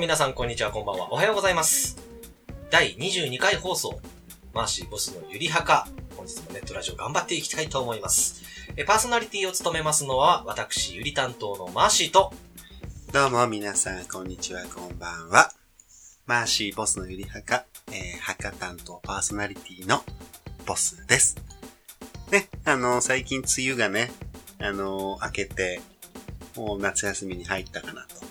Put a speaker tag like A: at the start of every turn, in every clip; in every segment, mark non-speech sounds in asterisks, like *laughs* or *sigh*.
A: 皆さん、こんにちは、こんばんは。おはようございます。第22回放送、マーシーボスのゆりはか。本日もネットラジオ頑張っていきたいと思います。えパーソナリティを務めますのは、私、ゆり担当のマーシーと、
B: どうも皆さん、こんにちは、こんばんは。マーシーボスのゆりはか、えー、はか担当パーソナリティのボスです。ね、あの最近梅雨がね、あの明けて、もう夏休みに入ったかな、と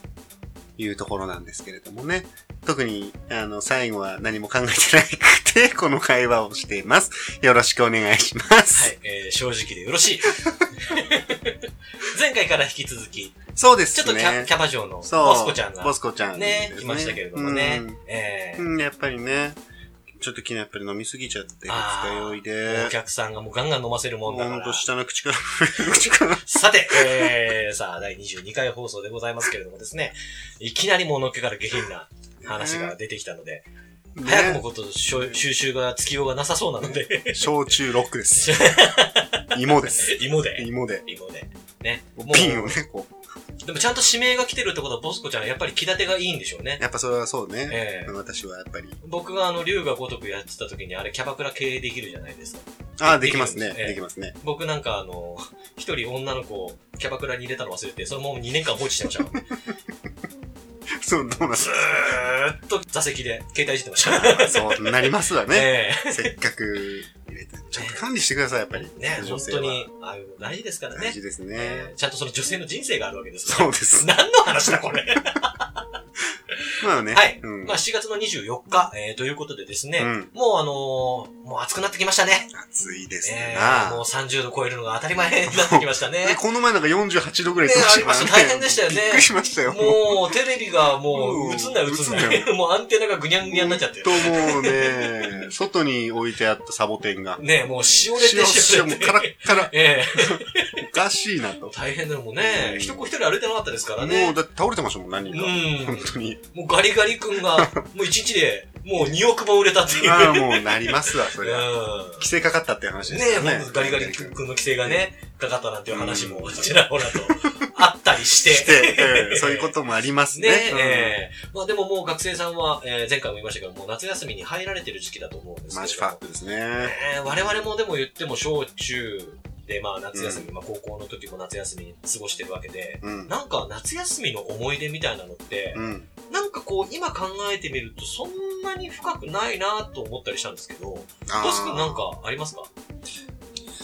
B: いうところなんですけれどもね。特に、あの、最後は何も考えてなくて、 *laughs* この会話をしています。よろしくお願いします。
A: はい、えー正直でよろしい。 *laughs* 前回から引き続き、
B: そうです
A: ちょ
B: ね。
A: っとキャ,、キャバ嬢のボス
B: そう
A: コちゃんが、
B: ボスコちゃん
A: ね
B: です
A: 来ましたけれどもね
B: うん
A: えー
B: うん、やっぱりね。ちょっと昨日やっぱり飲みすぎちゃって、二
A: あー
B: 日酔いで
A: お。客さんがもうガンガン飲ませるもんだか
B: ほん
A: ら
B: と。下の口から、
A: *laughs*
B: 口から。
A: さて、えー、さあ、第22回放送でございますけれどもですね、いきなりもうのっけから下品な話が出てきたので、早くも
B: ね。
A: ことしょ収集がつきようがなさそうなの
B: *laughs*
A: で、
B: 焼酎ロッ
A: *laughs*
B: クです。芋です。
A: 芋で、
B: 芋で。
A: 芋で。ね。も
B: 瓶を
A: う、
B: ね、こ
A: でもちゃんと指名が来てるってことは、ボスコちゃんはやっぱり気立てがいいんでしょうね
B: う。。やっぱそれはそうね。
A: ええ
B: 私はやっぱり。
A: 僕があの、龍が如くやってた時に、あれキャバクラ経営できるじゃないですか。
B: ああ、できます
A: できる
B: ね。
A: んですええ
B: できますね。
A: 僕なんかあの、一人女の子をキャバクラに入れたの忘れて、そのまま2年間放置してましたからね。
B: そう、どうな
A: *laughs*
B: ん
A: ずーっと座席で携帯いじってました。ね
B: そう、なりますわね。
A: え
B: せっかく入れて。ちゃんと管理してください、やっぱり
A: え。ね
B: 女
A: 本
B: 性
A: 当
B: は
A: に、ああいうの大事ですからね
B: 大。事です
A: え
B: ね。
A: えちゃんとその女性の人生があるわけですから
B: そうです。
A: 何の話だこれ。
B: まあね。
A: はい
B: うん
A: まあ、7月の24日、えーということでですね、
B: うん
A: もうあのーもう暑くなってきましたね。
B: 暑いです
A: え
B: ね。
A: ーもう30度超えるのが当たり前になってきましたね *laughs*
B: ね。この前なんか48度ぐらい
A: ねありました大変でしたよね
B: びっくりしましたよ。
A: もう、テレビがもう、
B: うん
A: 映んない映ん
B: 映ん
A: ない。 *laughs* もうアンテナがぐにゃんぐにゃんになっちゃってる
B: と。もうね、外に置いてあったサボテンが。
A: ねもう、しおれて
B: 塩、
A: しお
B: 塩、
A: れ
B: もう
A: て
B: カ。ラッカ
A: *laughs*
B: ラ。
A: え
B: おかしいなと
A: ー。大変だよ、もうね
B: う。ん
A: 一子一人歩いてなかったですから
B: も
A: ね
B: う。だって倒れてましたもん、何
A: う
B: 人か。本
A: ん。
B: 当に。
A: もうガリガリ君が、もう一日で、もう2億本売れたっていう。
B: ああ、もうなりますわ、そりゃ。
A: うん。
B: 規制かかったっていう話で
A: ね
B: すよ
A: え、ほんとガリガリ君の規制がね、かかったなんていう話も、 *laughs* ちらほらと、あったりし。
B: してて、ええそういうこともあります
A: ね
B: ね。うん
A: ええまあでももう学生さんは、えー前回も言いましたけど、もう夏休みに入られてる時期だと思うんですけど。
B: マジファックですね。
A: えー我々もでも言っても小中で、まあ夏休み、まあ高校の時も夏休み過ごしてるわけで、
B: うん。
A: なんか夏休みの思い出みたいなのって
B: う、ん。
A: なんかこう今考えてみるとそんなに深くないなと思ったりしたんですけど、ボ
B: あー
A: ス君なんかありますかは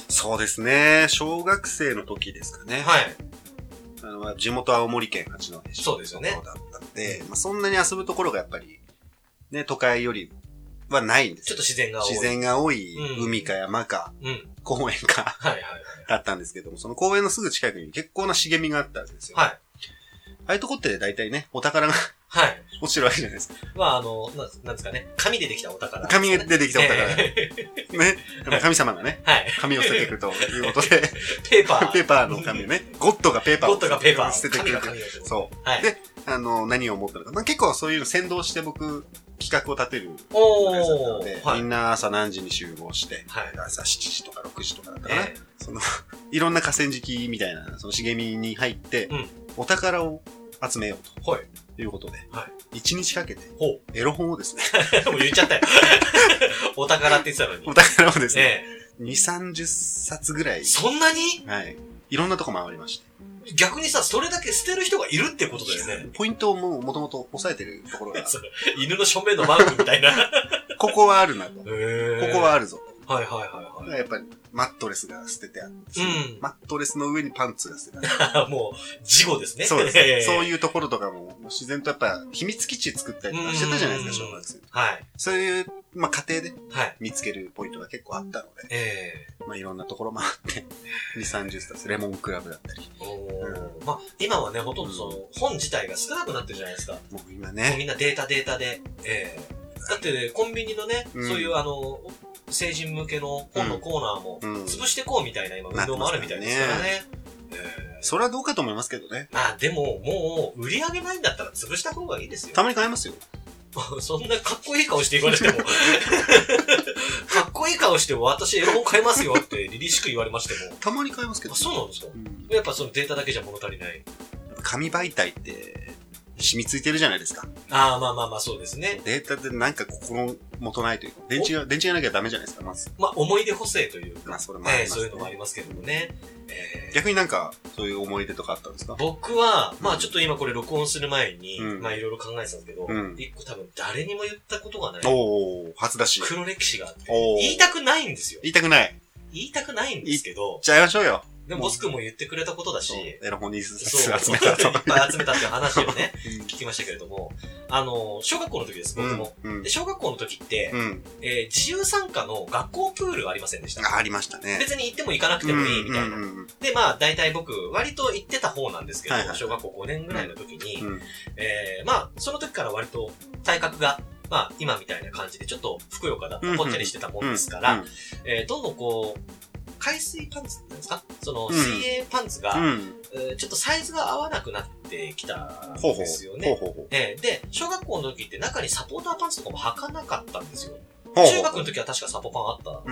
B: そうですね。小学生の時ですかね。
A: い。
B: あの、地元青森県八戸市
A: そうですよね
B: だったんで、まあ、そんなに遊ぶところがやっぱり、ね、都会よりはないんです
A: ちょっ
B: よ。
A: と自然が多い。
B: 自然が多い
A: うん
B: 海か山か
A: うん。
B: 公園か
A: はいはい
B: だったんですけども、その公園のすぐ近くに結構な茂みがあったんですよ。
A: はい。
B: ああいうとこって大体ね、お宝が
A: はい。はい。
B: 落ちてるわけじゃないですか。
A: まああの、ななんですかね、紙でできたお宝、
B: 紙が出てきたお宝が。ね。
A: え
B: あの神様がね、
A: ーはい。
B: 紙を捨ててくるということで、
A: ペー *laughs* パー。
B: *laughs* ペーパーの紙をね、ゴッドがペーパー
A: ゴ
B: を
A: ッドがペーパー。
B: 捨ててく
A: 紙
B: る
A: が
B: という。
A: 紙をってこと。
B: そう。
A: はい。
B: であの、何を思ったのか。まあ、結構そういうの先導して僕、企画を立てる
A: お
B: 会社だったの
A: ー。
B: で、
A: はい
B: み。んな朝何時に集合して、
A: はい。
B: 朝7時とか6時とかだったかな。
A: え
B: その、 *laughs* いろんな河川敷みたいな、その茂みに入って、
A: うん
B: お宝を集めよう
A: ー、はい。
B: ということで、
A: は
B: 一1日かけて、
A: ほう。 *laughs*
B: エロ本をですね、 *laughs*
A: もう言っちゃったよ。 *laughs* お宝って言ってたのに。
B: お宝をですね、
A: ね
B: 2、30冊ぐら
A: え
B: い、
A: そんなに
B: はい。いろんなとこ回りまして。
A: 逆にさ、それだけ捨てる人がいるってことだよね。、
B: ポイントをもう、もともと抑えてるところが
A: *laughs* そう犬の正面のマークみた
B: *laughs*
A: いな。こ
B: ここはあるなと。ここ
A: こ
B: は。あるぞ。
A: はいはいはいはい。
B: やっぱり、マットレスが捨ててあって、
A: うん
B: マットレスの上にパンツが捨ててあっ
A: あもう、事後ですね。
B: て、そ
A: *laughs*
B: うですね。そう
A: う。
B: いうところとかも、自然とやっぱ、秘密基地作ったりとかしてたじゃないですか、
A: うん
B: 小学生。
A: はい。
B: そういう、まあ、家庭で
A: はい。
B: 見つけるポイントが結構あったので、
A: え
B: まあ、いろんなところ回って、2、30冊、レモンクラブだったり、
A: えおーまあ、今はね、ほとんどその、本自体が少なくなってるじゃないですか。も
B: もう今
A: う
B: ね、
A: みんなデータデータで。ええだってね、コンビニのね、そう
B: うん
A: いうあの、成人向けの本のコーナーも、
B: うん。
A: 潰してこうみたいな今運動もあるみたいですからね。えー
B: それはどうかと思いますけどね。
A: まあでも、もう、売り上げないんだったら潰した方がいいですよ
B: た。まに買えますよ。
A: *laughs* そんなかっこいい顔して言われ *laughs* ても。かっこいい顔して私エロ本買いますよって凛々しく言われましても。
B: たまに買えますけど、
A: あそうなんですか
B: うん
A: やっぱそのデータだけじゃ物足りない。
B: やっぱ紙媒体って、染みついてるじゃないですか。
A: ああ、まあまあまあ、そうですね。
B: データってなんか心もとないというか、電池が、電池がなきゃダメじゃないですか、まず。
A: まあ、思い出補正というか、
B: まあ、それもあ
A: ね
B: ります
A: そういうのもあ
B: ね。
A: りますけどもね。えー
B: 逆になんか、そういう思い出とかあったんですか
A: 僕は、
B: うん
A: まあちょっと今これ録音する前に、
B: うん
A: まあいろいろ考えてたんですけど
B: うん、
A: 一、個多分誰にも言ったことがない
B: おー、初出し。
A: 黒歴史があって、
B: おー。
A: 言いたくないんですよ。
B: 言いたくない。
A: 言いたくないんですけど、
B: ちゃいましょうよ。
A: でもボス君も言ってくれたことだし、
B: エロ本に集
A: そう、
B: めた
A: *laughs*
B: と
A: い。っぱい集めたっていう話をね、
B: うん
A: 聞きましたけれども、あの、小学校の時です、僕も。
B: うん
A: で。小学校の時って、
B: うん。
A: えー自由参加の学校プールありませんでした。
B: あありましたね。
A: 別に行っても行かなくてもいいみたいな。
B: うんうんうん
A: で、まあ、大体僕、割と行ってた方なんですけど、
B: はいはい
A: 小学校5年ぐらいの時に、
B: うん
A: えーまあ、その時から割と体格が、まあ、今みたいな感じで、ちょっとふくよかだった、ぽっちゃりしてたもんですから、
B: うん
A: えーどんどんこう、海水パンツって言うんですかその、
B: うん
A: 水泳パンツが、
B: うん。
A: えーちょっとサイズが合わなくなってきたん
B: ほうほ
A: ですよ
B: う。
A: ね。
B: ほうほうほう。
A: えーで、小学校の時って中にサポーターパンツとかも履かなかったんですよ。
B: ほう
A: 中学の時は確かサポパ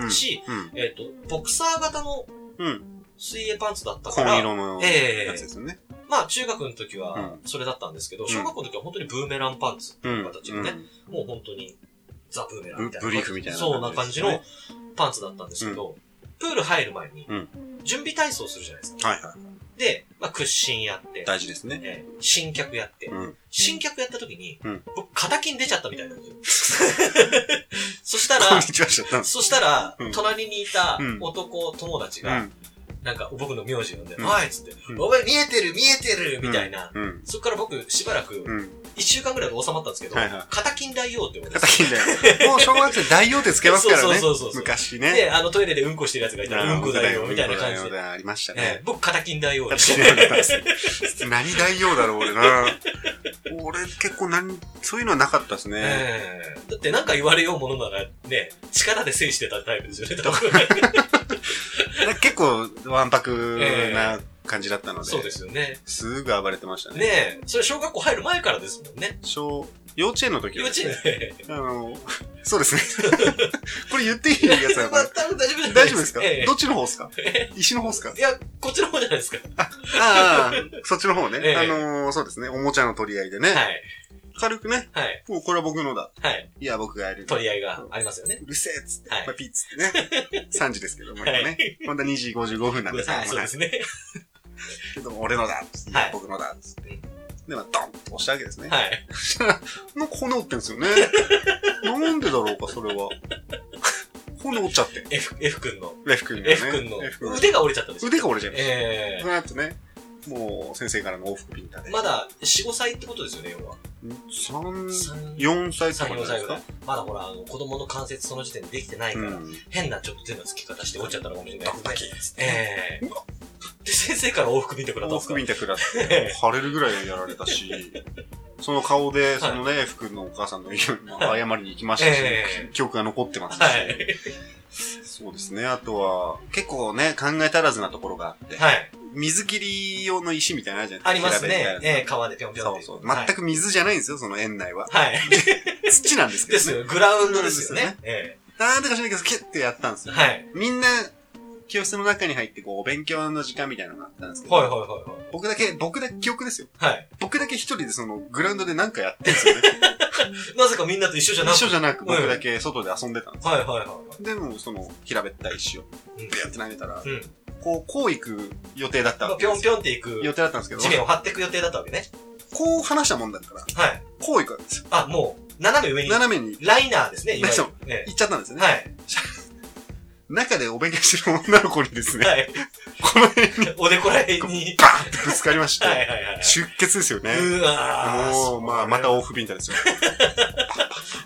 A: ンあったし、
B: うん。
A: えっ、と、ボクサー型の
B: うん。
A: 水泳パンツだったか
B: 紺
A: ら、
B: 色の
A: ええ
B: やつですよね。
A: まあ中学の時
B: う
A: はそれだったんですけど、
B: ん
A: 小学校の時は本当にブーメランパンツって
B: う
A: い
B: ん
A: う形のね、もう本当にザ・ブーメランみたいな。
B: ブブリーフみたいな
A: そうな感
B: 感
A: じ
B: じですね
A: のパンツだったんですけど、プール入る前に
B: うん、
A: 準備体操するじゃないですか。
B: はいは
A: で、まあ屈伸やって
B: い。、大事ですね。
A: えー伸脚やって、
B: うん。
A: 新脚やった時に、
B: うん
A: 僕、肩筋出ちゃったみたいなん
B: *laughs*
A: ですよ。そした
B: こ
A: ら
B: んに、ちはしちゃったんです。
A: そしたら
B: うん、
A: 隣にいた
B: うん
A: 男友達
B: う
A: が、
B: ん
A: なんか僕の名字呼んで、
B: うん
A: おいっつって、
B: うん
A: お前見えてる見えてるみたいな。
B: うん。
A: そっから僕、しばらく、
B: うん。
A: 一週間ぐらいで収まったんですけど
B: はいはい、
A: 肩筋大王って呼んで
B: 肩切んだよ。もう小学生大用手つけますからね。
A: そうそうそうそう
B: 昔ね。
A: で、あのトイレでうんこしてるやつがいたら、うんこ大王みたいな感じで。
B: ありました
A: ええ
B: ね。
A: 僕、肩筋大王で
B: 肩切んだよ何大用だろう、俺な。俺結構何、そういうのはなかったです
A: *laughs*
B: ね。
A: ええだってなんか言われようものなら、ね、力で制してたタイプですよ
B: *laughs*
A: ね、多分。
B: なんか結構、わんぱくな感じだったので、
A: そうですよね。
B: すぐ暴れてましたね。
A: ねえ、それ小学校入る前からですもんね。
B: 小、幼稚園の時
A: 幼
B: は
A: 稚
B: ですね
A: 園で。
B: あの、そうですね。
A: *laughs*
B: これ言っていいやつだよ、これ。
A: 多分 *laughs* 大丈夫じゃない
B: 大丈夫ですか、
A: ええ
B: どっちの方ですか石の
A: *laughs*
B: 方ですか
A: いや、こっちの方じゃないですか。
B: ああ、そっちの方ね。
A: ええ
B: あのーそうですね。おもちゃの取り合いでね。
A: はい。
B: 軽くね、
A: はい。
B: もうこれは僕のだ。
A: はい。
B: いや、僕がやる。
A: 取り合いがありますよね。
B: うるせえっつって、
A: はい
B: まあ、ピッつってね。3時で
A: *laughs*
B: すけども、今
A: はい
B: ね。ほんと2時55分なんですけども、
A: はい、そうですね。
B: けども俺のだっつって、
A: はい
B: 僕のだっつって。
A: うん
B: で、まあ、ドンと押したわけですね。
A: はい。
B: なんか骨折ってん
A: *laughs*
B: ですよね。なんでだろうか、それは。骨折っちゃって。
A: F、F 君の、
B: レフ君がね。
A: F 君の
B: F 君が
A: 腕が折れちゃったんですよ。
B: 腕が折れちゃいました。
A: え
B: その後ね、もう先生からの往復ピンタ
A: え
B: で。
A: まだ4、5歳ってことですよね、要は。
B: 三
A: 3、
B: 4歳と
A: 3 4歳
B: かじゃないで
A: ぐ
B: す
A: ら
B: か
A: い。。まだほら、あの、子供の関節その時点でできてないから、
B: うん。
A: 変なちょっと手の付き方して折っちゃったのかもしれない
B: ド
A: で
B: ン
A: す
B: パ
A: ね。
B: キッつって。
A: ええで、先生から往復見てくれたん
B: 往
A: ですか
B: 復ピンタ食らって、腫れるぐらいはやられ
A: *laughs*
B: たし、その顔で、そのね、福君のお母さんの
A: *laughs*
B: 家に謝りに行きましたし
A: え、
B: 記憶が残ってます
A: は
B: し。
A: い。
B: そうですね。あとは、結構ね、考え足らずなところがあって、
A: はい。
B: 水切り用の石みたいなのあるじゃな
A: あ
B: い
A: り
B: ですか。
A: ます
B: 平べ
A: ね
B: っ。たい
A: ええ
B: な
A: 川でぴょんぴょんって
B: そう
A: いう。
B: そう。
A: はい
B: 全く水じゃないんですよ、その園内は。
A: はい。
B: *laughs* 土なんですけ
A: で
B: ど
A: す *laughs*
B: ね。
A: よ。グラウンドですよね。え
B: なんでか知らないけど、キュッてやったんです
A: え
B: よ。
A: はい。
B: みんな、教室の中に入って、こう、お勉強の時間みたいなのがあったんですけど、
A: はいはいは
B: 僕だけ、僕だけ、記憶ですよ。
A: いはい。はい。
B: 僕だけ一人でその、グラウンドで何かやってんですよね。
A: なぜかみんなと一緒じゃなく
B: 一緒じゃなく、
A: うん
B: 僕だけ外で遊んでたんです。
A: はいはいはいは
B: でも、その、平べったい石を、
A: い。
B: ビューって投げたら、
A: うん。うん。
B: こう、こう行く予定だった
A: まあ
B: わ
A: ぴ
B: けで
A: ょん
B: す
A: ぴ
B: よ。
A: ょんっていく
B: 予定だったんですけど
A: 地、面を張っていく予定だったわけね。
B: こう話したもんだから、
A: はい。
B: こう行くわけですよ。
A: あ、もう、斜め上に。
B: 斜めに
A: ライナーですね、いわゆ
B: そ
A: る
B: う。
A: え
B: 行っちゃったんです
A: え
B: よね。
A: はい。
B: 中でお勉強してる女の子にですね、
A: はい。
B: この辺に
A: おでこらへんに。
B: バーンってぶつかりまし
A: はいはい
B: て、
A: はいはい。
B: 出血ですよね。
A: うわ
B: もう、まあ、また
A: お。
B: オフビンタですよ。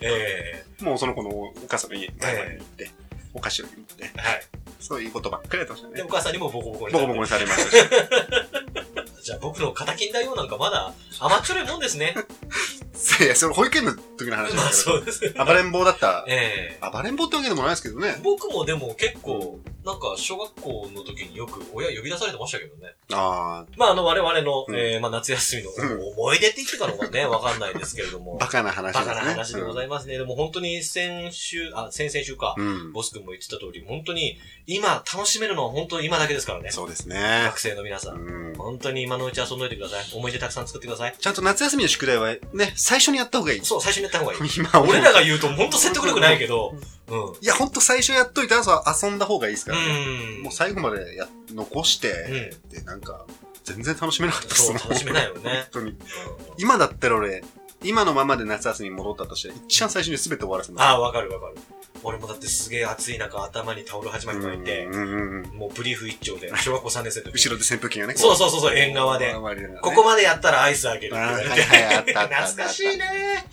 A: え
B: もうその子のお母さんの家に台湾に行って、お菓子を持って、
A: えはい。
B: そういうことばっかりやってました
A: で、
B: ね
A: お。母さんにもボコボコに。
B: ボコボコにされましたし。
A: じゃあ僕の肩金大王なんかまだ甘っちょろいもんですね。 *laughs*
B: いや、それ保育園の時の話
A: ま
B: なん
A: あ
B: ですけ
A: そうです。
B: ど、暴れん坊だった。
A: ええ
B: 暴れん坊ってわけでもないですけどね。
A: 僕もでも結構、なんか、小学校の時によく親呼び出されてましたけどね。
B: あ
A: まあ、あの、我々の、
B: うん
A: えーまあ、夏休みの
B: うん
A: 思い出って言ってたのかね、わかんないですけれど
B: あ、 *laughs*
A: も。
B: バカな話
A: バ
B: ですね。
A: カな話でございますね。でも本当に先週、あ、先々週か
B: う、ん。うん
A: ボス君も言ってた通り、本当に今楽しめるのは本当に今だけですからね。
B: そうですね。
A: 学生の皆さん。
B: うん
A: 本当に今のうち遊んどいてください。思い出たくさん作ってください。
B: ちゃんと夏休みの宿題はね、最初にやった方がいい。
A: そう、最初にやった方がいい。
B: 今、
A: 俺らが言うと本当説得力ないけど、うん。う
B: いや、ほんと最初やっといて、朝遊んだ方がいいですからね。
A: ん。
B: もう最後までや、残して、
A: う
B: で、なんか、全然楽しめなかったです
A: そう、
B: もん。
A: 楽しめないよね
B: 本。当に。
A: うん
B: 今だったら俺、今のままで夏休みに戻ったとして、一番最初に全て終わらせます。
A: ああ、わかるわかる。俺もだってすげえ暑い中頭にタオル始まりとかいて
B: う、んうんうん
A: もうブリーフ一丁で、小学校3年生の時
B: 後ろで扇風機がね。
A: そうそうそうそう、縁側で。ここ
B: ま
A: までやったらアイスあげるって言われて。
B: はいはいあったあったあった
A: *laughs* 懐かしいね。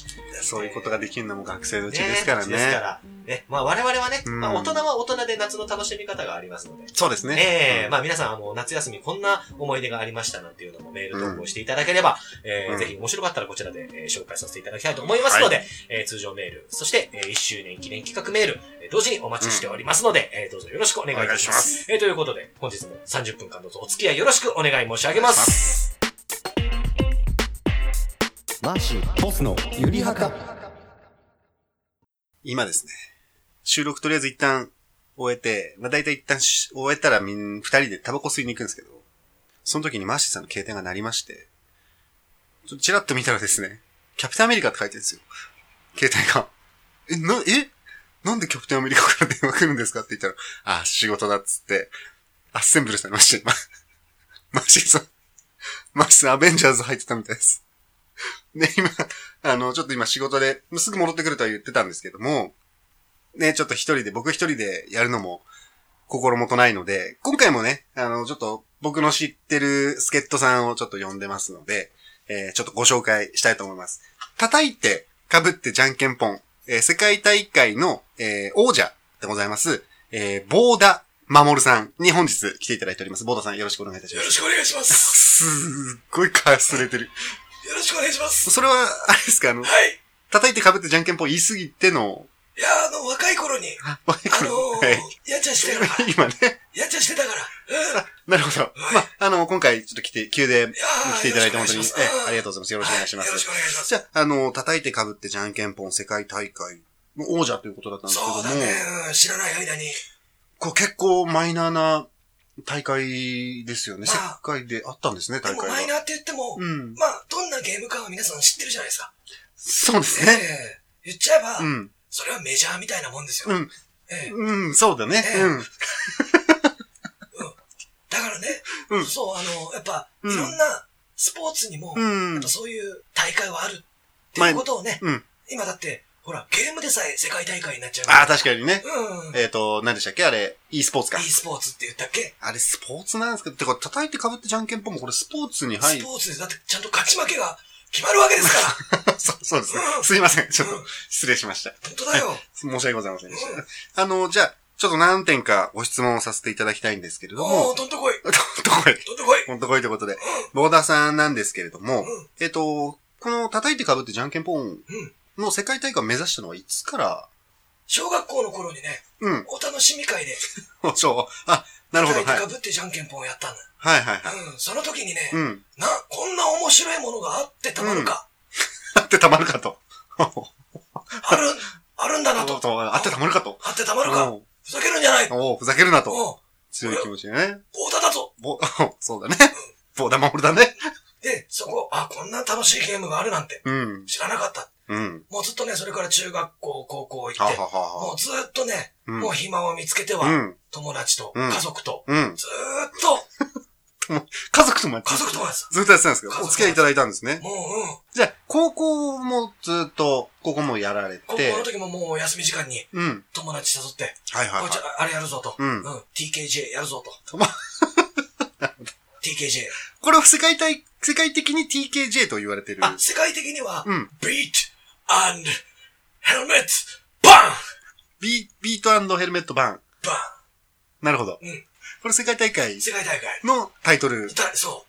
B: そういうことができるのも学生のうちですから
A: ですか
B: ね。
A: ら。ね、まあ我々はね、
B: うん
A: まあ大人は大人で夏の楽しみ方がありますので。
B: そうですね。
A: ええ
B: うん
A: まあ皆さん、あの、夏休みこんな思い出がありましたなんていうのもメール投稿していただければ、えー
B: うん
A: ぜひ面白かったらこちらで、えー紹介させていただきたいと思いますので、えー通常メール、そして、え1周年記念企画メール、えー同時にお待ちしておりますので、えーどうぞよろしくお願いいたします。えーということで、本日も30分間どうぞお付き合いよろしくお願い申し上げます。
C: マーシーボスのゆりはか
B: 今ですね、収録とりあえず一旦終えて、まあ大体一旦し終えたらみん、二人でタバコ吸いに行くんですけど、その時にマーシーさんの携帯が鳴りまして、ちょっとチラッと見たらですね、キャプテンアメリカって書いてるんですよ。携帯が。え、な、えなんでキャプテンアメリカから電話来るんですかって言ったら、あ、仕事だっつって、アッセンブルされました、今。 *laughs* マーシーさん。マーシーさん、アベンジャーズ入ってたみたいです。 *laughs* で、今、あの、ちょっと今仕事で、すぐ戻ってくるとは言ってたんですけども、ね、ちょっと一人で、僕一人でやるのも心もとないので、今回もね、あの、ちょっと僕の知ってる助っ人さんをちょっと呼んでますので、えーちょっとご紹介したいと思います。叩いて、被ってじゃんけんぽん、えー世界大会の、えー王者でございます、えー、ボーダ守さんに本日来ていただいております。ボーダさんよろしくお願いいたします。
A: しくお願いします。
B: すっごいかすれてる。
A: よろしくお願いします。
B: それは、あれですか、あの、
A: はい。
B: 叩いて被ってじゃんけんぽん言いすぎての、
A: いや、あの、若い頃に、
B: あ
A: あのー
B: はい、
A: やっちゃしてたから、
B: *laughs* 今ね、
A: やっちゃしてたから、うん。
B: あなるほど。まあ、あの、今回ちょっと来て、急で
A: いやー
B: 来ていただいて本当に、え
A: よろしくお願いします
B: えありがとうございます。よろしくお願いしま
A: はよろし
B: す。
A: くお願いします。
B: じゃあ、あの、叩いて被ってじゃんけんぽん世界大会の王者ということだったんですけど
A: そ
B: も
A: う、だね、うん知らない間に。
B: これ結構マイナーな大会ですよね。世
A: まあ
B: 界であったんですね、
A: で
B: 大
A: も
B: 会
A: マイ
B: が。
A: ナーって言っても、
B: うん。
A: まあ、どんなゲームかは皆さん知ってるじゃないですか。
B: そうですね。
A: ええ言っちゃえば、
B: うん。
A: それはメジャーみたいなもんですよ。
B: うん。
A: ええ
B: うん、そうだね。
A: ええだからね、
B: うん
A: そう、あの、やっぱ、
B: うん
A: いろんなスポーツにも、
B: う
A: やっ
B: ん。うん
A: ぱ。そういう大会はあるっていうことをね、
B: うん。
A: 今だって、ほら、ゲームでさえ世界大会になっちゃう
B: ああ、確かにね。
A: うんうん。
B: えっと、何でしたっけあれ、e スポーツか
A: e。スポーツって言ったっけ
B: あれ、スポーツなんですけど、てか、叩いて被ってじゃんけんぽんもこれスポーツに入
A: ス
B: る。
A: ポーツで、だってちゃんと勝ち負けが決まるわけです
B: *laughs*
A: か
B: そうそうですね
A: うん
B: すいません。ちょ
A: ら。
B: っ
A: うん
B: と、失礼しました。
A: 本当だよ。
B: 申し訳ございませんでした。あの、じゃあ、ちょっと何点かご質問をさせていただきたいんですけれど
A: お
B: も
A: ー、、どんとこい。
B: どこへ
A: どんとこい。
B: ほんとこいということで、ボーダーさんなんですけれど
A: う
B: も
A: ん。、う
B: えっと、この叩いて被ってじゃんけんぽん
A: ん。
B: の世界大会を目指したのはいつから
A: 小学校の頃にね、
B: うん。 *laughs*
A: お楽しみ会で、
B: そう。あ、なるほど。
A: 叩い
B: はい。
A: て
B: は
A: か
B: い
A: ぶってじゃんけんぽんをやったの。
B: はいはい。
A: うん。その時にね、
B: うん。 *laughs*
A: な、こんな面白いものがあってたまるか。
B: あってたまるかと。 *laughs*
A: ある、あるんだなと。
B: あってたまるかと。
A: あってたまるか。
B: お
A: ふざけるんじゃない。
B: おふざけるな
A: うん。
B: と。強い気持ちでね。
A: オーダーだぞ。
B: ぼ、そうだね。ボーダー守るだね。
A: で、そこ、あ、こんな楽しいゲームがあるなんて
B: うん。
A: 知らなかった。
B: うん。
A: もうずっとね、それから中学校、高校行
B: は
A: って
B: は、は
A: も
B: は
A: うずっとね、
B: うん
A: もう暇を見つけては、
B: うん。
A: 友達と、
B: うん
A: 家族と、
B: うん。
A: ずーっと、
B: 家族ともやって
A: 家族とはさ、
B: ずっとやってたんですけ
A: 家
B: ど、
A: 族
B: お付き合いいただいたんですね。
A: もう、うん、
B: じゃあ、高校もずっと、ここもやられ
A: 高
B: て
A: 校の、時ももう休み時間に
B: うん。
A: 友達誘って、
B: はいはい
A: こ
B: はい
A: つああれやるぞと、
B: うん
A: TKJ やるぞ
B: *laughs*
A: と。
B: ま
A: TKJ。
B: これは世界大、世界的に TKJ と言われてる。
A: あ、世界的には、
B: うん。
A: Beat and Helmet Bang!
B: ビビートヘルメットバーン。
A: バ
B: なるほど。
A: うん
B: これ世界大会
A: ン世界大会。
B: のタイトル
A: たそ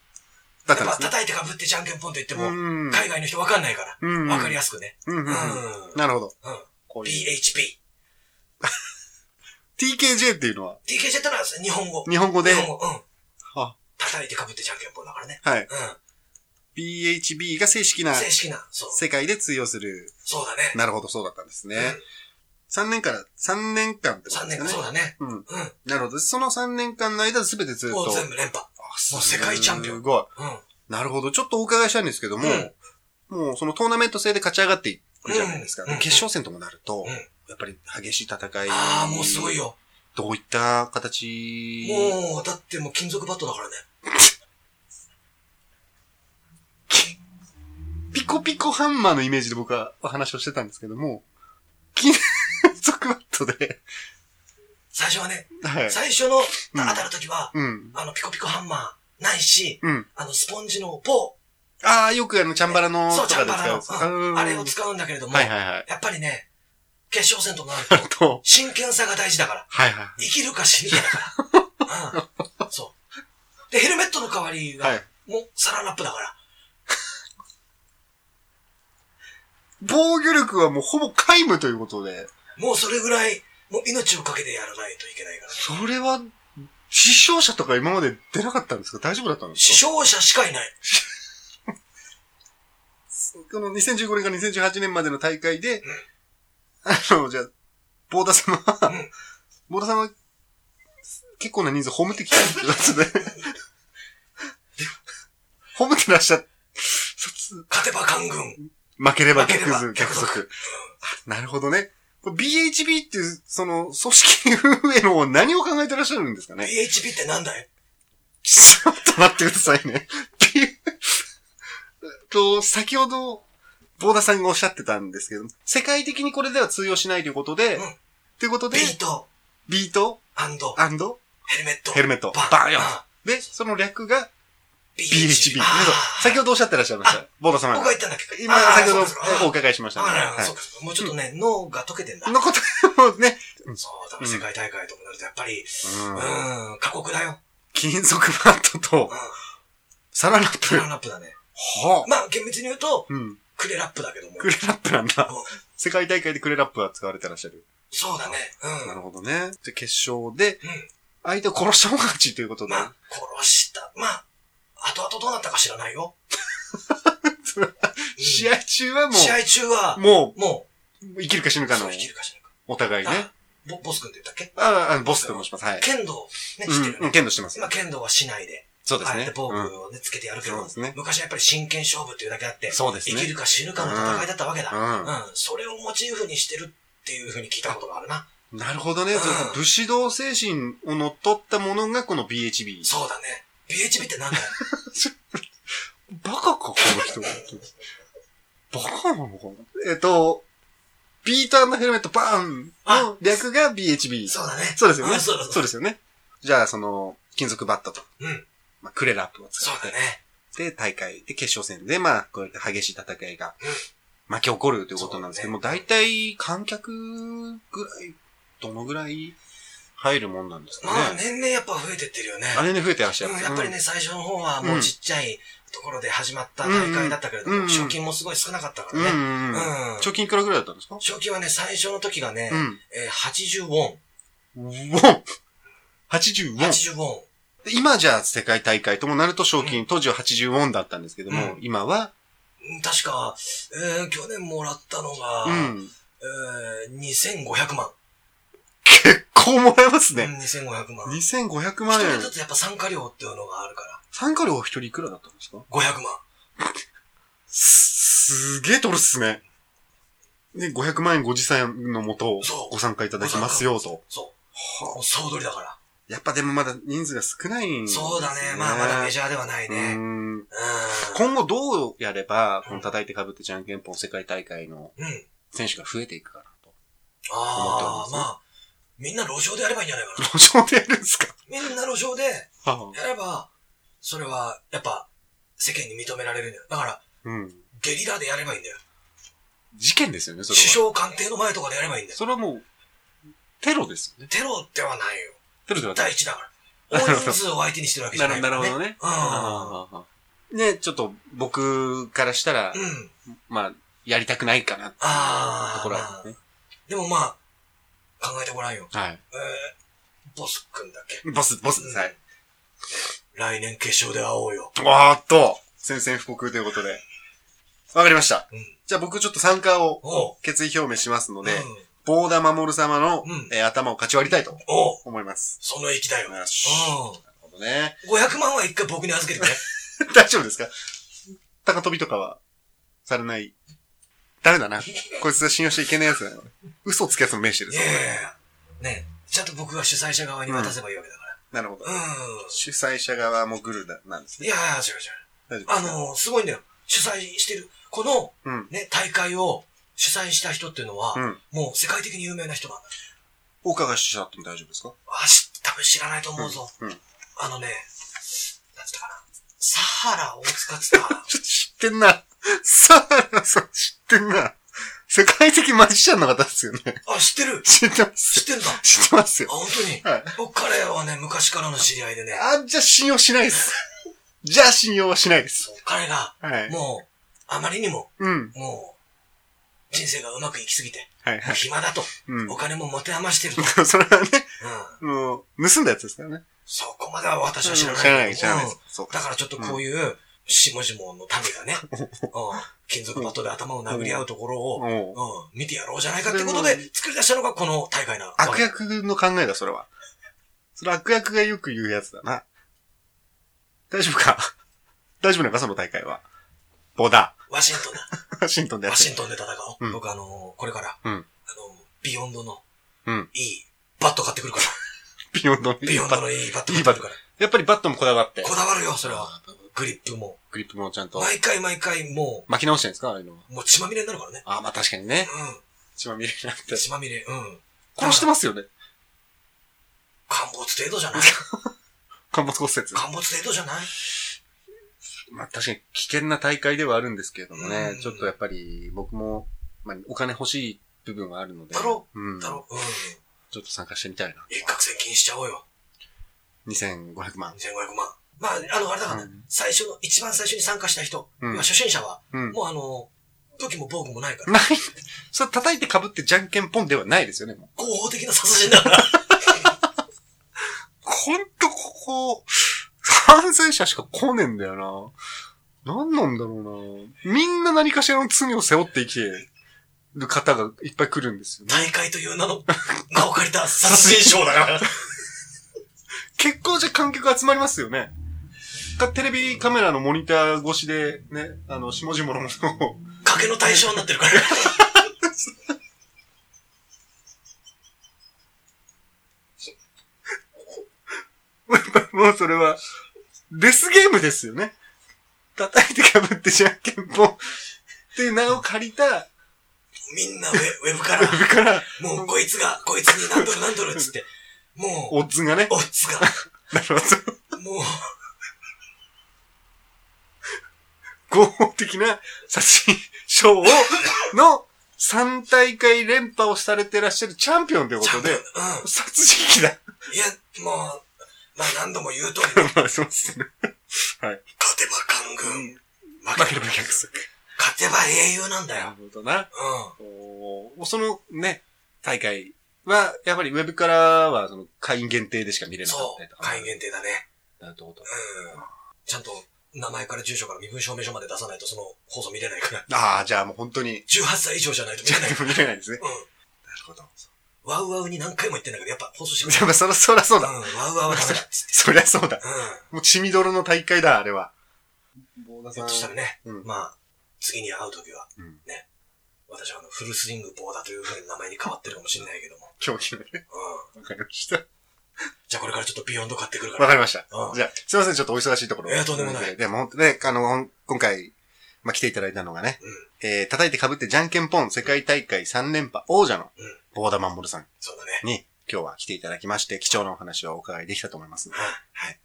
A: う。
B: だっ
A: や
B: た
A: っ
B: ん
A: ぱ
B: ですね。
A: 叩いてかぶってじゃんけんぽんと言っても、
B: うん
A: 海外の人わかんないか
B: うん。
A: ら、わかり
B: や
A: やすくね。
B: すい。うん
A: う。
B: うんん。
A: うん。
B: なるほど。こういう
A: BHP。
B: TKJ っていうのは、
A: TKJ ってのは日本語。
B: 日本語で
A: 日、本語。うん。
B: あ
A: 叩いて被ってじゃんけんぽんだからね。
B: はい。
A: う。
B: BHB が正式なん
A: 正式な。そう。
B: 世界で通用する。
A: そうだね。
B: なるほど、そうだったんですね。3年から、3年間ってこと
A: 3
B: で
A: 年
B: すか
A: 間、
B: ね。
A: そうだね。
B: うん。
A: うん。
B: なるほど。その3年間の間、すべてずっ
A: もう
B: と。
A: 全部連覇。
B: あす
A: もう世界チャンピオン
B: すごい。
A: うん。
B: なるほど。ちょっとお伺いしたいんですけども、もうそのトーナメント制で勝ち上がっていくじゃないですか。
A: うんうん
B: 決勝戦ともなると、
A: うん
B: やっぱり激しい戦い。
A: ああ、もうすごい。よ。
B: どういった形
A: もう、だってもう金属バットだからね。
B: ピコピコハンマーのイメージで僕はお話をしてたんですけども、金属バットで、
A: 最初はね、
B: はい。
A: 最初の
B: ん
A: 当たる時は、
B: うん。
A: あの、ピコピコハンマーないし、
B: うん。
A: あの、スポンジの棒、
B: ああ、よくあの、チャンバラの
A: そう、
B: と
A: チャ
B: か
A: ン
B: で
A: バ
B: 使う
A: ラ
B: ん
A: の
B: ですか、
A: う
B: うん
A: んあれを使うんだけれども、
B: はいはいはい。
A: やっぱりね、決勝戦となると、
B: と、
A: 真剣さが大事だから。
B: はいはい。
A: 生きるか死ぬかだから。
B: *laughs*
A: うん。そう。で、ヘルメットの代わりが、
B: はい
A: もう、サランラップだから。
B: 防御力はもうほぼ皆無ということで、
A: もうそれぐらい、もう命をかけてやらないといけないから。
B: それは、死傷者とか今まで出なかったんですか大丈夫だったんです
A: 死
B: か
A: 傷者しかいない。
B: この2015年から2018年までの大会で、あの、じゃあ、ボーダ様は、
A: うん
B: ボーダ様、結構な人数葬ってきたんです
A: *laughs*
B: よ、ね。葬ってらっしゃっ、そ
A: 勝てば官軍。
B: 負ければ
A: 負けれ
B: 逆
A: ば
B: 賊。
A: 逆
B: 逆
A: 賊
B: 賊。あなるほどね。これ BHB っていう、その、組織運営の方何を考えてらっしゃるんですかね
A: BHB ってなんだい
B: ちょっと待ってくださいね。っていうと、先ほど、ボーダさんがおっしゃってたんですけど、世界的にこれでは通用しないということで、
A: うん
B: ということで
A: ビ、ート
B: ビート
A: ヘ
B: ヘ
A: ルメット。
B: ルメット。
A: バン
B: バンよ
A: あ
B: で、その略が BHB。
A: BHB。
B: 皆
A: あ
B: さん
A: ー
B: 先ほどおっしゃってらっしゃいました。ボーダ様
A: 僕が
B: が
A: 言。ったんだっけ
B: 今、
A: あー
B: 先ほ
A: そう
B: ど
A: かそうか
B: お伺いしましたね。
A: あら、
B: はい
A: そうかそうか。もうちょっとね、脳が溶けてんだ。
B: のことをね、
A: そう、だから世界大会とかなるとやっぱり、
B: う
A: うんん、過酷だよ。
B: 金属バットと
A: うん。
B: サランラッ
A: サ
B: プ。
A: ランラップだね。
B: は
A: まあ、厳密に言うと、
B: あうん。
A: クレラップだけども。
B: クレラップなんだ
A: うん。
B: 世界大会でクレラップは使われてらっしゃる。
A: そうだね。
B: なる
A: う
B: ほどね。で、決勝で
A: ん。うん。
B: 相手を殺した方が勝ちということで。
A: まあ、殺した。まあ、後々どうなったか知らない
B: *laughs*
A: よ。うん
B: 試合中はも
A: 試合中は
B: う、、も
A: も
B: う、生きるか死ぬ
A: う、
B: か
A: そ
B: の
A: う、生、きるか死ぬか。
B: お互いね。
A: あボボス君って言ったっけ
B: あ、あの、ボスと申します。はい。
A: 剣道、ね、
B: う
A: 知ってる
B: ん、う
A: よ
B: ん、
A: ね。
B: 剣道してます。
A: 今、剣道はしないで、
B: そうです
A: あえ
B: ね
A: て。防
B: うん
A: 具をね、つけてやるけど
B: そうですね、
A: 昔はやっぱり真剣勝負っていうだけあって、
B: そうです
A: 生
B: ね。
A: きるか死ぬかの戦いだったわけだ。
B: うん
A: うん。それをモチーフにしてるっていうふうに聞いたことがあるな。
B: なるほどね。
A: うん
B: その武士道精神を乗っ取ったものがこの BHB。
A: そうだね。BHB ってなんだよ。
B: *laughs* バカか、この人。バカなのかなえっと、ビーターヘルメットバーンの略が BHB。
A: そうだね。
B: そうですよ
A: う
B: ね。
A: んそうだそうだ
B: そうですよね。じゃあ、その、金属バットと、
A: うん。
B: まあ、クレラップを使
A: そう
B: って
A: だね。
B: で、大会で決勝戦で、まあ、こうやって激しい戦いが巻き起こるということなんですけども、
A: そうね
B: 大体観客ぐらい、どのぐらい入るもんなんですかね。
A: まあ、年々やっぱ増えてってるよね。
B: あれね、増えてらっしゃる。
A: うん、やっぱりね、最初の方はもうちっちゃいところで始まった大会だったけれど
B: うん
A: も、
B: うん
A: 賞金もすごい少なかったか
B: う
A: ら
B: ん。
A: ね。
B: うんうんうん。
A: うん
B: 貯金いくらぐらいだったんですか
A: 賞金はね、最初の時がね、
B: うん。
A: えー80ウォン。
B: ウォン !80 ウォン
A: 80ウォン。
B: で今じゃあ世界大会ともなると賞金、当時は80ウォンだったんですけども、
A: うん
B: 今は、
A: うん確か、えー去年もらったのが、
B: うん。
A: えー2500万。
B: 結構もらえます
A: う
B: ね。
A: ん2500万。
B: 2500
A: 一
B: 万円
A: 人。ずつやっぱ参加料っていうのがあるから、
B: 参加料は一人いくらだったんですか
A: 500万。
B: すげえ取るっすね。で、500万円ご持参のもと
A: そ、う
B: ご参加いただきますよと。
A: そう。もう総取りだから。
B: やっぱでもまだ人数が少ないんです、ね。
A: そうだね。まあ、まだメジャーではないうね。
B: ーん
A: う
B: 今後どうやれば、この叩いて被ってじゃんけんぽん世界大会の
A: ん。うん。
B: 選手が増えていくかなと。思っ
A: あ
B: ておりま
A: あ、
B: す
A: まあ、みんな路上でやればいいんじゃないかな。
B: 路上でやるんですか
A: みんな路上で
B: は
A: やれば、それは、やっぱ、世間に認められるんだよ。だから、
B: あ *laughs* うん。
A: ゲリラでやればいいんだよ。
B: 事件ですよね、それ
A: 首
B: は。
A: 相官邸の前とかでやればいいんだよ。
B: それはもう、テロですよね。
A: テロではない *laughs* よ。
B: テロではない。
A: 第一だから。大人数を相手にしてるわけじゃないから、ね。
B: ね
A: うん
B: うん。ね、ちょっと僕からしたら、
A: うん。
B: まあ、やりたくないかなっていうところはあるね。
A: でもまあ、考えてごらんよ。
B: はい。
A: えー、ボスくんだっけ
B: ボス、ボスです。はい。
A: 来年決勝で会おうよ。
B: わーっと、宣戦布告ということで。わかりました。
A: うん。
B: じゃあ僕ちょっと参加を
A: おう。
B: 決意表明しますので、
A: うん、
B: ボーダー守様の、
A: うん
B: えー頭を勝ち割りたいと
A: おう。
B: 思います。
A: その息だよ。うん。
B: よし。なるほどね。 *laughs*
A: 500万は一回僕に預けてくれ。
B: 大丈夫ですか高飛びとかは、されない。ダメだな。こいつは信用しちゃいけないやつだよ。嘘つくやつの目してる
A: い
B: ぞ
A: や。いやいや。ねちゃんと僕が主催者側に渡せばいいわけだか
B: なるほど
A: ら。。うん。
B: 主催者側もグルだなんで
A: い
B: すね。
A: やいや、違う違う。
B: 大丈夫ですか
A: あ、のー、すごいんだよ。主催してる。この、
B: うん。
A: ね、大会を主催した人っていうのは、
B: うん。
A: もう世界的に有名な人なんだ。
B: お伺いしちゃっても大丈夫ですか
A: あ、し、多分知らないと思うぞ。
B: うん。うん。
A: あのね、なんつったかな。サハラ大塚っつったかな
B: ちょっと知ってんな。サーラさん知ってんな。世界的マジシャンの方ですよね。
A: *laughs* あ、知ってる
B: 知ってま
A: 知っ
B: す。
A: てんだ。あ、
B: 知ってますよ。
A: 本当に。
B: はい。
A: 僕、彼はね、昔からの知り合いでね、
B: あ、じゃあ信用しないです。じゃあ信用はしないです。
A: 彼が、
B: はい。
A: もう、あまりにも、
B: うん。
A: もう、人生がうまくいきすぎ *laughs* て、
B: はい
A: も
B: は
A: う
B: い。
A: 暇だと、
B: うん
A: お。金も持て余してると。
B: *laughs* それはね、
A: うん。
B: もう、盗んだやつですからね。
A: そこまでは私は知らない。
B: 知らない、知らない
A: うん
B: です。そう
A: だ
B: か。
A: からちょっとこういう、下々の民
B: *laughs*
A: がね、うん金属バットで頭を殴り合うところを、
B: も
A: う
B: う
A: ん、見てやろうじゃないかってことで作り出したのがこの大会なわけ。
B: 悪役の考えだ、それは。それ悪役がよく言うやつだな。大丈夫か大丈夫なのか、その大会は。ボーダ
A: ワシントンだ。
B: ー。ワシントンでや
A: ワ
B: って
A: シ
B: る
A: ン。トンで戦お
B: う
A: う。
B: ん
A: 僕あのー、これから、
B: うん
A: あのー、ビヨンドの
B: うん、
A: いいバット買ってくるから。
B: ビヨンドの
A: ビヨンドのいいバット買ってくるから。
B: やっぱりバットもこだわって。
A: こだわるよ、それは。グリップも。
B: グリップもちゃんと。
A: 毎回毎回も
B: 巻き直してるんですかああいうのは。
A: う、もう血まみれになるからね。
B: ああ、まあ確かにね。血まみれになっ
A: う
B: て
A: ん。。血まみれ、うん。
B: 殺してますよね。
A: 陥没程度じゃない *laughs*
B: 陥没骨折。
A: 陥没程度じゃない
B: まあ確かに危険な大会ではあるんですけれどもね
A: う。ん
B: ちょっとやっぱり僕も、まあお金欲しい部分はあるので。
A: だろ
B: うん。ち
A: だ
B: ょ
A: ろ、うん。
B: っと参加してみたいな。
A: 一攫千金しちゃおうよ。
B: 2500万。
A: 2500万。まあ、あの、あれだから、
B: うん
A: 最初の、一番最初に参加した人、
B: うん
A: 要は初心者は、
B: うん。
A: もうあの、武器も防具もないから、
B: ない。 *laughs* それ叩いて被ってじゃんけんぽんではないですよね。もう
A: 合法的な殺人だ
B: *laughs*
A: から。
B: ほんとここ、犯罪者しか来ねえんだよな。なんなんだろうな。みんな何かしらの罪を背負って生きてる方がいっぱい来るんですよね。
A: 大会という名の、名を借りた殺人賞だ
B: *laughs*
A: から。
B: 結構じゃ観客集まりますよね。かテレビカメラのモニター越しで、ね、あの、下々のものを。
A: 賭けの対象になってるから。
B: もうそれは、デスゲームですよね。叩いてかぶってじゃんけんぽん。っていう名を借りた、
A: みんなウェウェブから、
B: だから、
A: もうこいつが、こいつに何ドル何ドルっつって、もう、
B: オッズがね。
A: オッズが、
B: なるほど。
A: もう、
B: 合法的な殺人賞を、の3大会連覇をされてらっしゃるチャンピオンというこ
A: ちゃ
B: と
A: んと、
B: で
A: うん。、
B: 殺人鬼だ。
A: いや、もう、まあ何度も言う通りね、
B: まあ、そうですね。
A: 勝てば官軍、
B: 負ければ逆作。
A: 勝てば英雄なんだ
B: な
A: よ。
B: るほどな。
A: う
B: おーそのね、大会は、やっぱりウェブからは、その、会員限定でしか見れ
A: ん。
B: なかっ
A: そ
B: たりと
A: う。
B: か。
A: 会員限定だね。
B: なるってこと
A: うん。ちゃんと、名前から住所から身分証明書まで出さないとその放送見れないから。
B: ああ、じゃあもう本当に、
A: 18歳以上じゃないと見
B: じゃ
A: れな
B: *laughs*
A: い。
B: あ見れないですね。
A: うん。
B: なるほど。
A: ワウワウに何回も言ってんだけど、やっぱ放送してくれ
B: じゃあまあ、 *laughs* そら、そらそう
A: う
B: だ。
A: ん。ワウワウは
B: *laughs*
A: ダメだっつって。
B: そりゃそうだ。
A: う
B: もう、血みどろの大会だ、あれは。ボーダ
A: ん。ひょっとしたらね、
B: うん。
A: まあ、次に会うときは、
B: うん
A: ね。私はあの、フルスイングボーダーというふうに名前に変わってるかもしれないけども。
B: 競技のね。
A: うん。
B: わかりました。
A: じゃあこれからちょっとビヨンド買ってくるか
B: わ
A: ら。
B: かりました。
A: うん。
B: じゃあ、すいません、ちょっとお忙しいところ。
A: いやとんでもない
B: でも本当ね、あの、今回、まあ、来ていただいたのがね、えー、叩いて被ってじゃんけんぽん世界大会3連覇王者の
A: うん、
B: ボーダーマンモルさん
A: そうだね。
B: に、今日は来ていただきまして、貴重なお話をお伺いできたと思います。
A: はい
B: はい。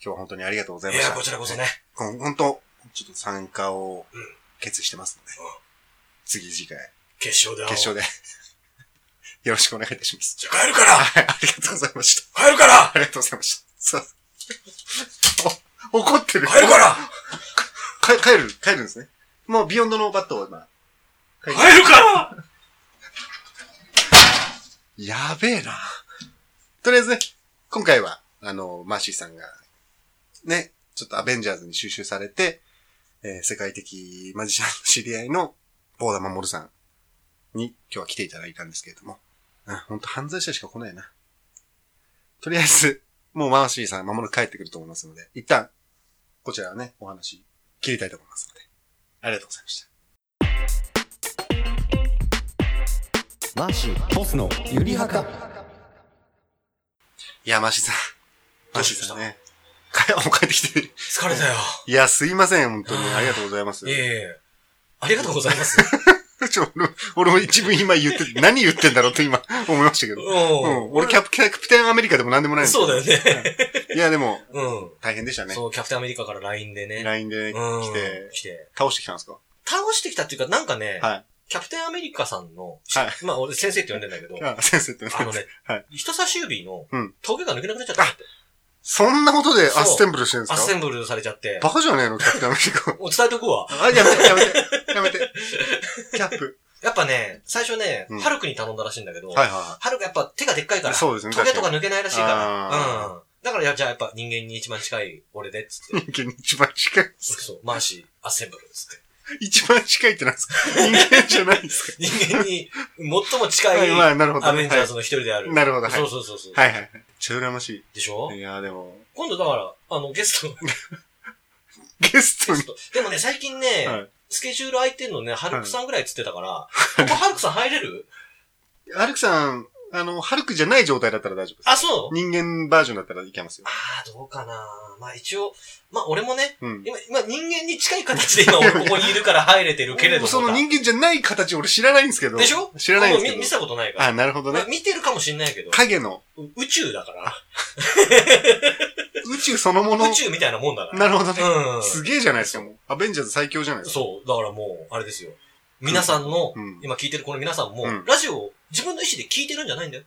B: 今日は本当にありがとうござい
A: い
B: ました。
A: や、こちらこそね。
B: こん。本当、ちょっと参加を
A: うん
B: 決意してますので、
A: うん
B: 次次回、
A: 決勝で会おう。
B: 決勝で、 *laughs* よろしくお願いいたします。
A: じゃあ帰るから
B: はい、ありがとうございました。
A: 帰るから
B: ありがとうございました。そう。 *laughs* お怒ってる。
A: 帰るから
B: か帰る、帰るんですね。もうビヨンドのバットを今。
A: 帰るから
B: やべえな。とりあえずね、今回は、あの、マーシーさんが、ね、ちょっとアベンジャーズに収集されて、えー世界的マジシャンの知り合いの、ボーダマモルさんに今日は来ていただいたんですけれども、うん、ほんと犯罪者しか来ないな。とりあえず、もうマーシーさんまもなく帰ってくると思いますので、一旦、こちらはね、お話、切りたいと思いますので、ありがとうございました。
C: マーシーボスのゆりはか
B: いや、マーシーさん。
A: ど
B: マ
A: う
B: ー
A: しまし
B: シー
A: た
B: さんね。帰、もう帰ってきてる。
A: 疲れたよ。
B: いや、すいません、本当に。ありがとうございます。
A: いえいえ。ありがとうござい
B: *laughs*
A: ます。
B: ちょ、俺も俺も一部今言って
A: *laughs*
B: て、何言ってんだろうって今思いましたけ
A: う
B: ど。うん
A: ん。。
B: 俺キャプ、キャプテンアメリカでも何でもないんです
A: そうだよ
B: ね。
A: ね。
B: いや、でも、
A: うん。
B: 大変でしたね。
A: そう、キャプテンアメリカから LINE でね。
B: LINE で
A: うん
B: 来て、
A: 来て。
B: 倒してきたんですか
A: 倒してきたっていうか、なんかね、
B: はい
A: キャプテンアメリカさんの、
B: は
A: まあ俺先生って呼んでんだけど、
B: あ、先生ってね
A: あのね、
B: はい
A: 人差し指の
B: うん
A: 棘が抜けなくなっちゃったって。
B: そんなことで
A: そう
B: アステンブルしてるんで
A: アッ
B: す
A: セ
B: か
A: ンブルされちゃって。
B: バカじゃねえのキャプテンアメリカ。
A: もう伝えとくわ。
B: あ、やめて、やめて、 *laughs* やめて。キャ
A: *laughs*
B: ップ。
A: やっぱね、最初ね、
B: うん
A: ハルクに頼んだらしいんだけど、
B: はいは
A: ハルクやっぱ手がでっかいか
B: い。
A: ら、
B: そうですね。
A: トゲとか
B: に。
A: 抜けないらしいから。
B: あ
A: うん。だから、いやじゃあやっぱ人間に一番近い俺で、つって。
B: 人間に一番近い。
A: そう、マーシー、アッセンブル、つって。
B: 一番近いってなんですか人間じゃないんです
A: 人間に最も
B: か
A: 近
B: はい、 *laughs* ま
A: い
B: あ、なるほど
A: ア
B: ね。
A: ベンジャーズの一人である。
B: なるほどはい
A: そうそうそうそう。
B: はいはいはい。めっちゃ羨まし
A: でしょ
B: い。いや、でも、
A: 今度だから、あの、ゲスト、
B: ゲスト
A: ゲ
B: に
A: ス。ト。でもね、最近ね、
B: はい
A: スケジュール空いてんのね、ハルクさんぐらいっつってたから、ここハルクさん入れる
B: ハルクさん、あの、ハルクじゃない状態だったら大丈夫です。
A: あ、そう
B: 人間バージョンだったらいけますよ
A: あ。あ、どうかな。まあ一応、まあ俺もね、
B: うん。
A: 今、今人間に近い形で今俺ここにいるから入れてるけれどもさ。
B: その人間じゃない形俺知らないんですけど。
A: でしょ
B: 知らない
A: も
B: んで
A: う
B: す
A: 見見
B: けど。
A: たことないから。
B: あ、なるほど
A: まあ
B: ね。
A: 見てるかもしんないけど、
B: 影の、
A: 宇宙だから、
B: 宇宙そのもの。
A: 宇宙みたいなもんだから。
B: なるほどね。
A: うん。
B: すげえじゃないですか、もう。アベンジャーズ最強じゃないですか。
A: そう、だからもう、あれですよ。皆さんの、
B: うん
A: 今聞いてるこの皆さんも、
B: うん
A: ラジオを自分の意思で聞いてるんじゃないんだよ。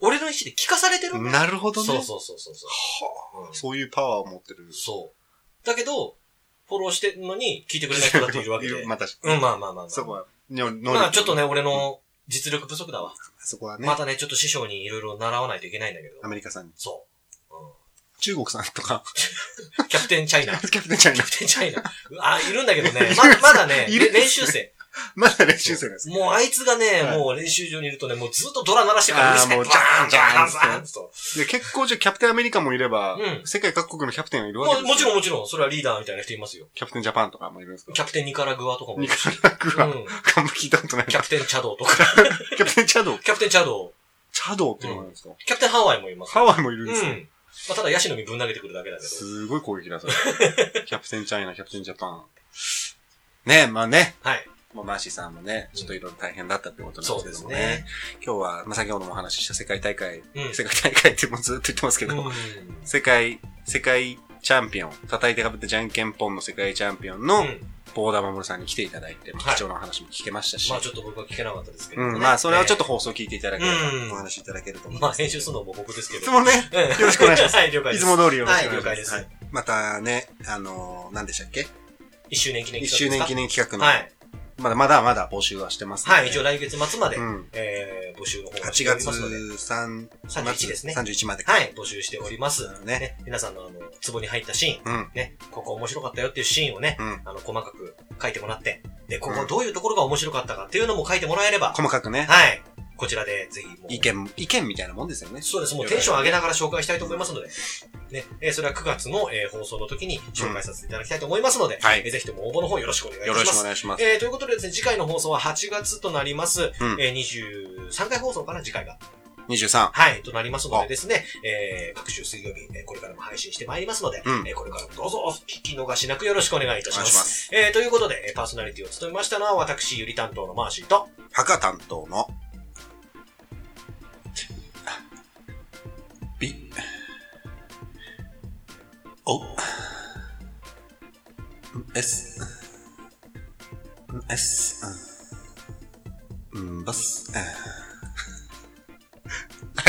A: 俺の意思で聞かされてるんだよ。
B: なるほどね。
A: そうそうそうそうそう。
B: はあ
A: うん
B: そういうパワーを持ってる。
A: そう。だけど、フォローしてんのに聞いてくれない人だっているわけ
B: *laughs*
A: で。
B: また、
A: うん、まあまあまあ、まあ。
B: そこは、の能
A: まあ
B: 力
A: ちょっとね、俺の実力不足だわ。
B: そこはね
A: ま、たね、ちょっと師匠にいろいろ習わないといけないんだけど
B: ア。メリカさんに。
A: そう。
B: 中国さんとか、 *laughs*
A: うん、キャプテンチャイナ。キャ
B: キャプテンちゃんに、
A: プテンチャイナ。あ、いるんだけどね。ままだね、
B: いる
A: れ練習生。
B: まだ練習生なんです。
A: もうあいつがね、
B: はい
A: もう練習場にいるとね、もうずっとドラ鳴らしてからうるせえ
B: あーもう
A: ジャーン、ジャーン、
B: ジ
A: ジ
B: ャ
A: ャ
B: ー
A: ー
B: ン
A: ンと。
B: で、結構じゃあキャプテンアメリカもいれば
A: う、ん
B: 世界各国のキャプテンがいるわ
A: ま
B: け
A: あ
B: ですよ
A: もちろんもちろん、それはリーダーみたいな人いますよ。
B: キャプテンジャパンとかもいるんですか
A: キャプテンニカラグアとかもいるし。
B: ニカラグア。
A: うん
B: あんま聞いたことない。
A: キ
B: キ
A: ャプテンチャドーとか。
B: ャプテンチャドウ。
A: キャプテンチャドー。
B: チャドウっていうのがあるんですか
A: キャプテンハワイもいます。
B: ハワイもいるん
A: う
B: ですよ。
A: ん。まあ、ただヤシの実ぶん投げてくるだけだけど。
B: すごい攻撃だ、それ。キャプテンチャイナ、キャプテンジャパン。ねえ、まあね。
A: はい。
B: まあ、マーシーさんもね、ちょっといろいろ大変だったってことなん
A: そう
B: です
A: で
B: け
A: す
B: ども
A: ね
B: ね。。今日は、まあ、先ほどもお話しした世界大会、
A: うん。
B: 世界大会ってもうずっと言ってますけど、
A: う
B: 世界、世界チャンピオン、叩いてかぶってじゃんけんぽんの世界チャンピオン
A: ん。う
B: の、
A: ん
B: ボーダー守さんに来ていただいて、ま
A: は
B: あ
A: い
B: 貴重なお話も聞けましたし、
A: まあちょっと僕は聞けなかったですけど、
B: うん、まあ、それはちょっ
A: と。
B: と放送聞いていただければ、
A: うん
B: お話しいただけると思い
A: まあ
B: ます。
A: 編集するのも僕ですけ
B: い
A: ど。
B: つもね、
A: よ
B: ろしくお願いします
A: はい、了解
B: い
A: です。
B: つも通りよろし
A: は
B: く
A: い
B: お
A: 了
B: 願
A: 解
B: い
A: で
B: します。
A: す。
B: はいまたね、あのー、何でしたっけ
A: 一周年記念
B: 一
A: 企画
B: 周
A: です
B: 年
A: か
B: 記念企画の、
A: はい。
B: まだまだまだ募集はしてますので
A: はい、一応来月末まで、
B: うん。
A: えー、募集の方をし
B: 8
A: ており
B: 月
A: ますので。
B: 3
A: 31ですね
B: 31まで。
A: はい、募集しております。
B: ね
A: ね、皆さんのあの、壺に入ったシーン、
B: うん。
A: ね、ここ面白かったよっていうシーンをね、
B: うん。
A: あの、細かく書いてもらって、で、ここどういうところが面白かったかっていうのも書いてもらえれば、
B: 細かくね、
A: はい。こちらで、ぜひ、もう。
B: 意見、意見みたいなもんですよね。
A: そうです。もうテンション上げながら紹介したいと思いますので。ね。えーそれは9月の、えー放送の時に紹介させていただきたいと思いますので。
B: はい
A: えーぜひとも応募の方よろしくお願いいたし
B: よ
A: ます。
B: ろしくお願いします。
A: えーということでですね、次回の放送は8月となります。
B: うん
A: えー23回放送かな、次回が。
B: 23。
A: はい、となりますのでですね、えー各週水曜日、えーこれからも配信してまいりますので、
B: うん
A: えーこれからもどうぞお聞き逃しなくよろしくお願いいた
B: お
A: し
B: 願
A: ま
B: いし
A: す。
B: ます。
A: えーということで、えーパーソナリティを務めましたのは、私、ゆり担当のマーシーと、
B: 墓担当の、び、お、S、S、うん、バス、は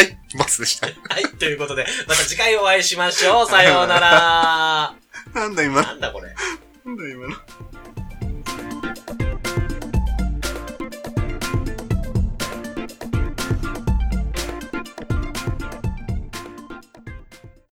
B: い、バスでした。
A: はい、ということで、また次回
B: *laughs*
A: お会いしましょう。さようなら。
B: なんだ今
A: なんだこれ。
B: なんだ今の。